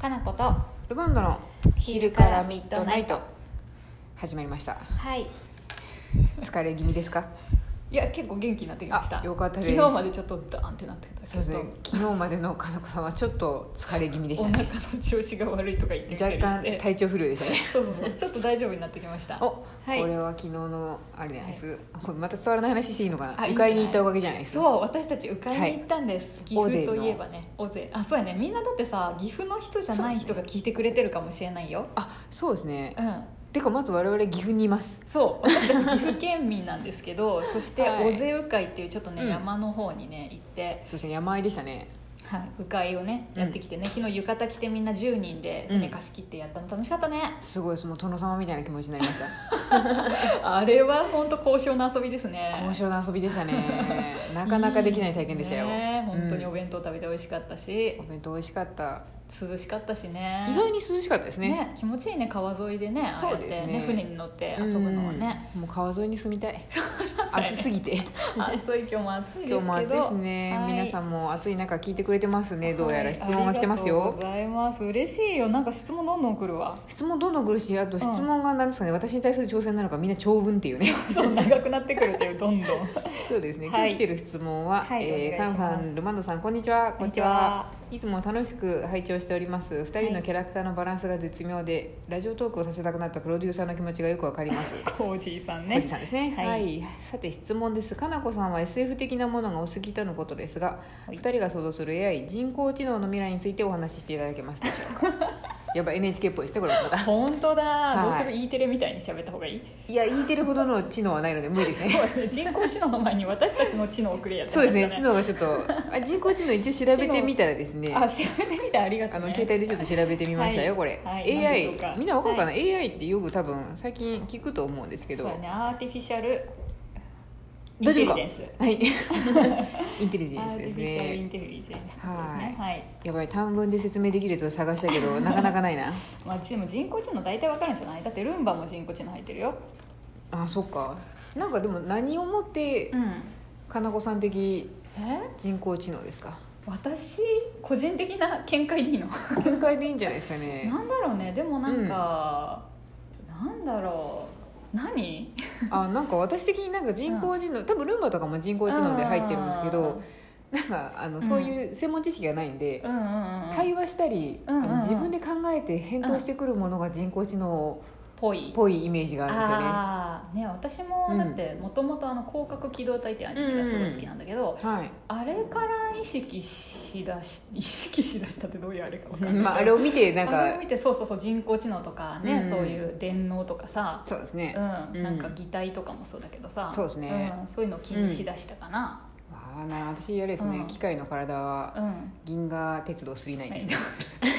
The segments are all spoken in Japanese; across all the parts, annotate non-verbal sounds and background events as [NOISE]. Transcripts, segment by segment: かなことルバンドの昼からミッドナイト始まりましたはい疲れ気味で [LAUGHS] すかいや結構元気になってきましたあよかったです昨日までちょっとダーンってなってたそうですね昨日までのかなこさんはちょっと疲れ気味でちしょたっとおね腹の調子が悪いとか言ってみた若りし干て体調不良でしたねそうそうそうちょっと大丈夫になってきましたお、はいこれは昨日のあれじゃないです、これまた伝わらない話していいのかなあいい迂んじゃない回に行ったおかげじゃないですかそう私たち迂回に行ったんです、岐大勢阜のといえばね大勢あそうやねみんなだってさ岐阜の人じゃない人が聞いてくれてるかもしれないよあそうですねうんてかまず我々岐阜にいますそう私たち岐阜県民なんですけどそしてはい尾瀬鵜飼っていうちょっとね、うん山の方にね行って、そうですね山あいでしたねはい、鵜飼をねうんやってきてね、昨日浴衣着てみんな10人で船うん、貸し切ってやったの楽しかったねすごいその殿様みたいな気持ちになりました [LAUGHS] あれは本当高尚な遊びですね面白い遊びでしたねなかなかできない体験でしたよ、ねえ本当におうん弁当食べて美味しかったしお、弁当美味しかった、涼しかったしね意外に涼しかったですねね気持ちいいね川沿いでねそうですねああやって船に乗って遊ぶのはね、うんもう川沿いに住みた [LAUGHS] い暑すぎて暑い今日も暑いですけど今日も暑いですね、はい皆さんも暑い中聞いてくれてますねどうやら質問が来てますはいありがとうごよざいます嬉しいよなんか質問どんどん来るわ質問どんどん来るしあと質問が何ですかね、私に対する挑戦なのかみんな長文っていうねそう長くなってくるっていうどんどん [LAUGHS] そうですね、はい今日来てる質問は、はいえーお願いしますかのさんルマンドさんこんにちはこんにちはいつも楽しく拝聴しております2人のキャラクターのバランスが絶妙で、ラジオトークをさせたくなったプロデューサーの気持ちがよくわかりますコージーさんおじねさんですね、ははいいさて質問ですかなこさんは SF 的なものがお好きとのことですが、はい二2人が想像する AI 人工知能の未来についてお話ししていただけますでしょう [LAUGHS] かやっぱ NHK っぽいですねこれまた本当だ、いどうする E テレみたいに喋った方がいい [LAUGHS] いや言いてるほどの知能はないので無理ですねそうね人工知能の前に私たちの知能をくれやって [LAUGHS] そまうしでたす [LAUGHS] ね知ね能がちょっとあ人工知能一応調べてみたらですねあ調べてみたらありがとあう、ね、の携帯でちょっと調べてみましたよ、はいこれ、はい何でしょうか AI みんなわかるかな、AI ってよく多分最近聞くと思うんですけど、そうやねアーティフィシャルイン大テ丈夫リジかェンスはい [LAUGHS] インテリジアェンスーテでィすフィシャルイねンテリジェンスってことですねはい、やばい短文で説明できるやつを探したけどなかなかない [LAUGHS] なまあ、でも人工知能大体わかるんじゃないだってルンバも人工知能入ってるよあそっかなんかでも何をもってんかなこさん的え人工知能ですか私個人的な見解でいいの見解でいいんじゃないですかねなんだろうねでもなんか、なんだろう何あなんか私的になんか人工知能、多分ルンバとかも人工知能で入ってるんですけどなんかあのそういう専門知識がないんで、うんうんうんうん対話したり、うんうんうんあの自分で考えて返答してくるものが人工知能ぽいっぽいイメージがあるんですよね。ああね私もうんだってもともと「広角機動隊」ってアニメがすごい好きなんだけど、はい、あれから意識しだし [LAUGHS] 意識しだしたってどういうあれか分かんないけど、まあ、あれを見てなんあれをか見てそうそうそう人工知能とかね、うんそういう電脳とかさ、そうですね、うんうんなんか擬態とかもそうだけどさそうですねんそういうの気にしだしたかな、ああな私あれですね、うん機械の体はうん銀河鉄道999ですね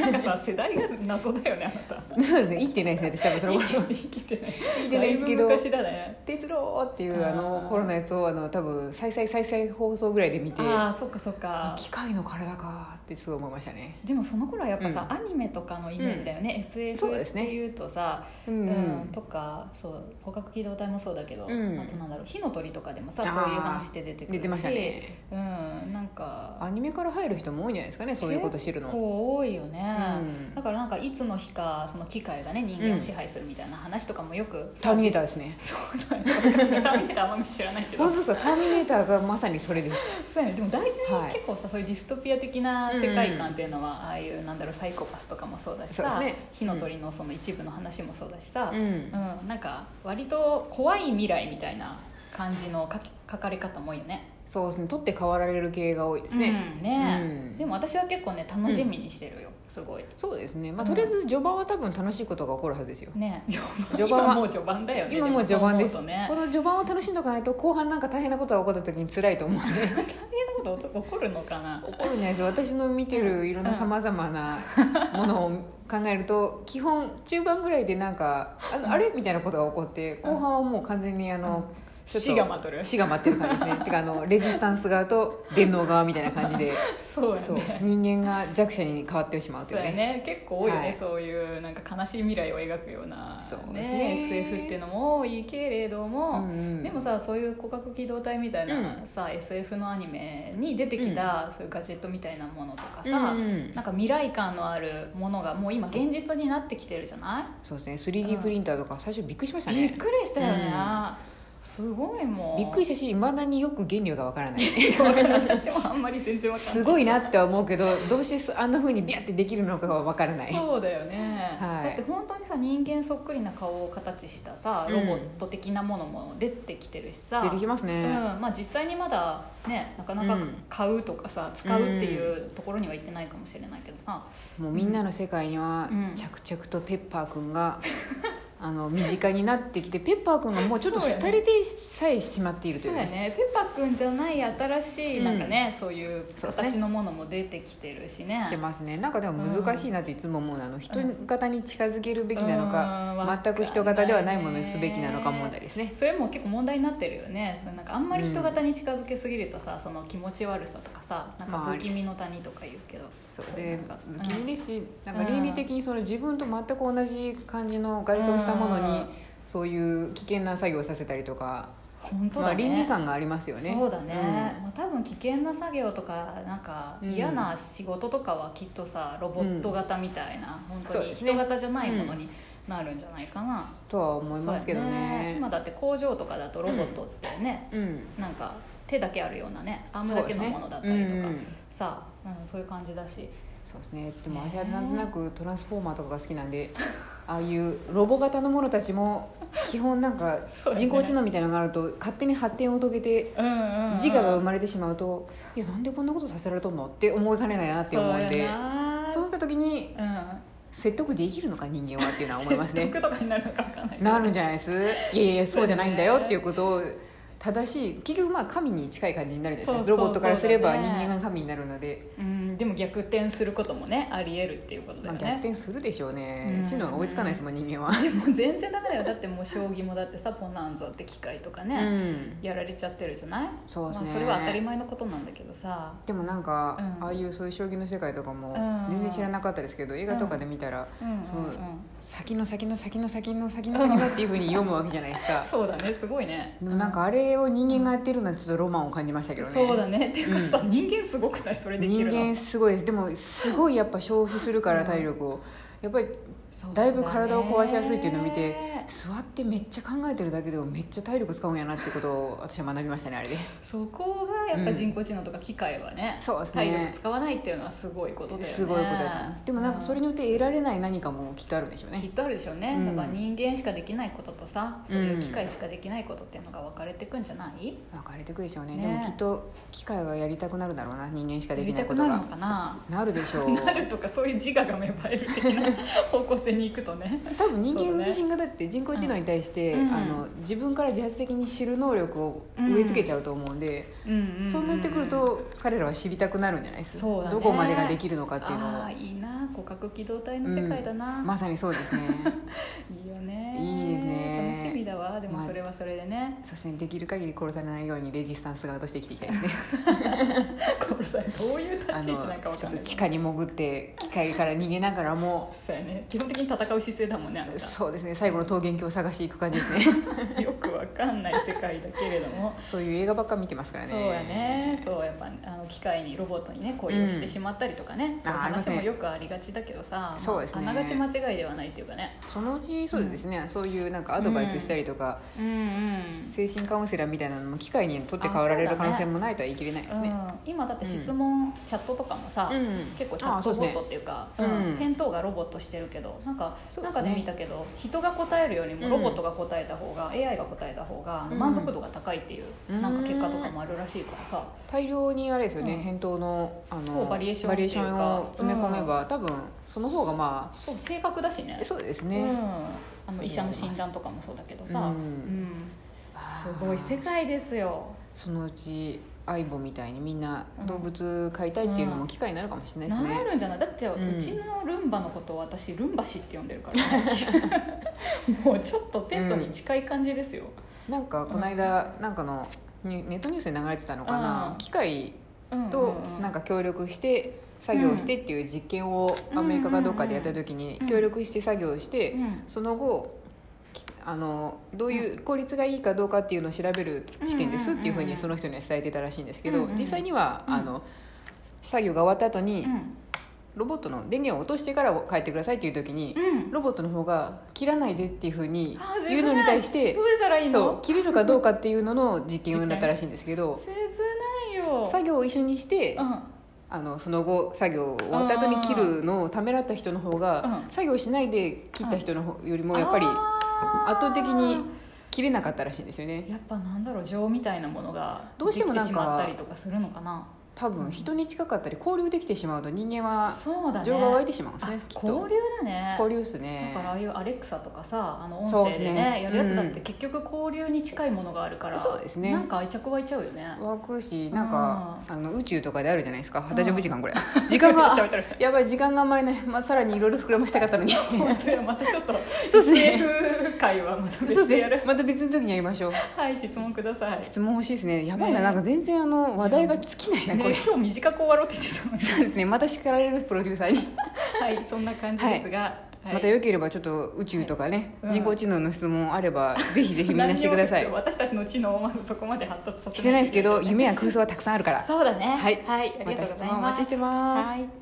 なんかさ世代が謎だよねあなた [LAUGHS] そうですね生きてないですね私 [LAUGHS] 多分 [LAUGHS] その頃生き生きてない生きてないですけどだいぶ昔だね鉄郎っていうああーの頃のやつをあの多分再々再々放送ぐらいで見てああそっかそっかあ機械の体かってすごい思いましたねでもその頃はやっぱさ、アニメとかのイメージだよね、そう SF っですねていうとさう、うんとかそう捕獲機動隊もそうだけど、うんあとなんだろう火の鳥とかでもさあそうーいう話って出てくる出てましたねうんなんかアニメから入る人も多いんじゃないですかねそういうことしてる結の構多いよね、うんだからなんかいつの日かその機械がね人間を支配するみたいな話とかもよくターミネーターターですね [LAUGHS] そうだねターミネーターあんまり知らないけど本当ですかターミネーターがまさにそれですそうやねでも大は体い結構さ、そういうディストピア的な世界観っていうのは、ああいうなんだろうサイコパスとかもそうだしさ、そうですね火の鳥のその一部の話もそうだしさ、ううんん、なんか割と怖い未来みたいな感じの書き書かれ方も多いよねそうですね取って代わられる系が多いですね、うんねうんでも私は結構ね楽しみにしてるよ、すごいそうですねまあうんとりあえず序盤は多分楽しいことが起こるはずですよね序盤序盤は今もう序盤だよね今もう序盤です、でもそう思うとねこの序盤を楽しんどかないと後半なんか大変なことが起こった時に辛いと思うんでそんなこと起こるのかな起こるんじゃないです私の見てるいろんなさまざ [LAUGHS] まなものを考えると基本中盤ぐらいでなんかああれみたいなことが起こって後半はもう完全にあの、ちょっと死が待とる死が待ってる感じです [LAUGHS] ねてかあのレジスタンス側と電脳側みたいな感じでそうやそうね人間が弱者に変わってしまうとそいううやねね結構多いよね、はいそういうなんか悲しい未来を描くような、ねそうですね SF っていうのも多いけれども、うんうんでもさそういう広角機動隊みたいな、うんさ SF のアニメに出てきた、そういうガジェットみたいなものとかさ、うんうんなんか未来感のあるものがもう今現実になってきてるじゃない、そうですね 3D プリンターとか最初びっくりしましたびっねくりしたよね、うんすごいもうびっくりしたしいまだによく原理がわからない [LAUGHS] 私もあんまり全然わかんない [LAUGHS] すごいなっては思うけどどうしてそあんなふうにビャってできるのかはわからないそうだよね、はいだって本当にさ人間そっくりな顔を形したさロボット的なものも出てきてるしさ、出てきますうね、んまあ、実際にまだねなかなかうん買うとかさ、使うっていうところには行ってないかもしれないけどさ、もうみんなの世界にはうん着々とペッパーくんが、 [LAUGHS] あの身近になってきてペッパーくんがもうちょっと廃れてさえしまっているとそいううやねねペッパーくんじゃない新しいなんかね、そういうそうね形のものも出てきてるしね出ますねなんかでも難しいなっていつも思うのはあの人型に近づけるべきなのうんか全く人型ではないものにすべきなのか問題ですねそれも結構問題になってるよねそのなんかあんまり人型に近づけすぎるとさ、その気持ち悪さとかさなんまかあ不気味の谷とか言うけど、そうそうなでんか不気味ですしなんか倫理的にその自分と全く同じ感じの該当したもうのにんそういう危険な作業をさせたりとか、本当まあ、だね、倫理観がありますよねそうだね、うんまあ、多分危険な作業とかなんか嫌な仕事とかはきっとさロボット型みたいな、本当そうにですね人型じゃないものになるんじゃないかな、とは思いますけどそうやね今だって工場とかだとロボットってね、うんなんか手だけあるようなねアームだけのものだったりとか、さうん、そういう感じだしそうですねでも私はねえなんとなくトランスフォーマーとかが好きなんでああいうロボ型のものた [LAUGHS] ちも基本なんかそうね人工知能みたいなのがあると勝手に発展を遂げてうんうんうん自我が生まれてしまうといやなんでこんなことさせられとんのって思いかねないなって思うんそうでやなそうなった時にうん説得できるのか人間はっていうのは思いま [LAUGHS] すね説得とかになるのかわかんないけどなるんじゃないですいやいやそうじゃないんだよっていうことを正しい結局まあ神に近い感じになるじゃないですかそうそうロボットからすればそう人だね間が神になるので。うんでも逆転することもねありえるっていうことだまあ、よ逆ね、転するでしょううねん知能が追いつかないですもん人間は、 [LAUGHS] でも全然ダメだよだってもう将棋もだってさポナンザって機械とかうね、ん、やられちゃってるじゃないそうですねまあ、それは当たり前のことなんだけどさでもなんか、うんああいうそういう将棋の世界とかうもん全然知らなかったですけど、映画とかで見たら、うんうんうんそう先の先の先の先の先の先のっていうふうに読むわけじゃないですか、 [LAUGHS] そうだねすごいねでもなんかあれを人間がやってるのはちょっとロマンを感じましたけどねそうだねっていうかさ、人間すごくないそれでき人るの間すごいですでもすごいやっぱ消費するかうらん体力をやっぱりそうだねいぶ体を壊しやすいっていうのを見て座ってめっちゃ考えてるだけでもめっちゃ体力使うんやなってことを私は学びましたねあれでそこがやっぱ人工知能とか機械はね、そうですね体力使わないっていうのはすごいことだよねすごいことだと思うでもなんかそれによって得られない何かもきっとあるんでしょううんきっねとあるでしょうね、うんだから人間しかできないこととさそういう機械しかできないことっていうのが分かれてくんじゃない、分かれてくでしょうねねでもきっと機械はやりたくなるだろうな人間しかでやきりなたいこくなとるがのかななるでしょう [LAUGHS] なるとかそういう自我が芽生える的な方向性に行くとね多分人そう間だね自身がだって人工知能に対して、うんあの自分から自発的に知る能力を植え付けちゃうと思うんで、そうなってくると彼らは知りたくなるんじゃないですか、そうだねどこまでができるのかっていうのああをーいいな骨格機動隊の世界だな、まさにそうですね [LAUGHS] いいよねいいですね楽しみだわでもまあそれはそれでね、そうですねできる限り殺されないようにレジスタンス側として生きていきたいです [LAUGHS] ねこれさどういう立ち位あ置なんか分かのちょっんとない地下に潜って機械から逃げながらもそうやね基本的に戦う姿勢だもんねあなたそうですね最後の桃源郷を探していく感じです [LAUGHS] ねよくわかんない世界だけれども [LAUGHS] そういう映画ばっか見てますからねそうやねそうやっぱあの機械にロボットにね恋をしてしまったりとかね、んそういうあーありま話すねもよくありがちだけどさそうですねまああながち間違いではないっていうかねそのうちそうですね、そういうなんかアドバイスしたりとか、うんうん精神カウンセラーみたいなのも機械にとって代わられあそるうだ可ね能性もないとは言い切れないですね今だって質問、チャットとかもさ、うん結構チャあッそトうですボットねっていうかうん返答がロボットしてるけどなんかそうですね中で見たけど人が答えるよりもうんロボットが答えた方が、AI が答えた方がうん満足度が高いっていう、うんなんか結果とかもあるらしいからさ、大量にあれですよね、うん返答のあそのうバリエーションバリエーションをっていうか詰め込めば、多分その方がまそう正確だしねあそうですうんね、、あの医者の診断とかもそうだけどさ、うんうんあーすごい世界ですよそのうち相棒みたいにみんな動物飼いたいっていうのも機械になるかもしれないですね、なるんじゃないだってうんうちのルンバのことを私 [LAUGHS] ルンバ氏って呼んでるから、ねもうちょっとペットに近い感じですよ、なんかこの間、なんかのニュネットニュースに流れてたのかな、うん機械うんうんとなんか協力して作業してっていう実験をアメリカかどうかでやった時に協力して作業して、うんその後きあのどういう効率がいいかどうかっていうのを調べる試験ですっていうふううんうんうんうにんその人には伝えてたらしいんですけうんどうん実際にはうんあの作業が終わった後にうんロボットの電源を落としてから帰ってくださいっていう時にうんロボットの方が切らないでっていうふうにあー言うのに対し切ないてどうしたらいいそうの切れるかどうかっていうのの実験をだったらしいんですけど切ないよ作業を一緒にしてうんあのその後作業終わった後に切るのをためらった人の方がうん作業しないで切った人の方よりもやっぱりあー圧倒的に切れなかったらしいんですよねやっぱなんだろう情みたいなものがどうしてもなんかできしまったりとかするのかな多分人に近かったり交流できてしまうと人間はそうだね情が湧いてしまうんですねあきっ交と流だね交流ですねだからああいうアレクサとかさあの音そう声ですでねねやるやつだっうんうて結局交流に近いものがあるからそうですねなんか愛着湧いちゃうよね湧くしなんかあの宇宙とかであるじゃないですか私丈夫時間これ時 [LAUGHS] 間が [LAUGHS] 喋ってるやばい時間があんまりない、まあ、さらにいろいろ膨らましたかったのにそう本当やまたちょっとですね SF 会はまたそう別ででやするねまた別の時にやりましょうはい質問ください質問欲しいですねやばいな、ねなんか全然あの話題が尽きないな、こねれ今日短く終わろうって言ってたのにそうですねまた叱られるプロデューサーに、はいそんな感じですが、はいまたよければちょっと宇宙とかね、はいうん人工知能の質問あればぜひぜひみんなしてくださ [LAUGHS] い何にもですよ私たちの知能をまずそこまで発達させしてないですけどといけ夢や空想はたくさんあるからそうだねはいはい、ありがとまたう質ござい問おま待すちしてます、はい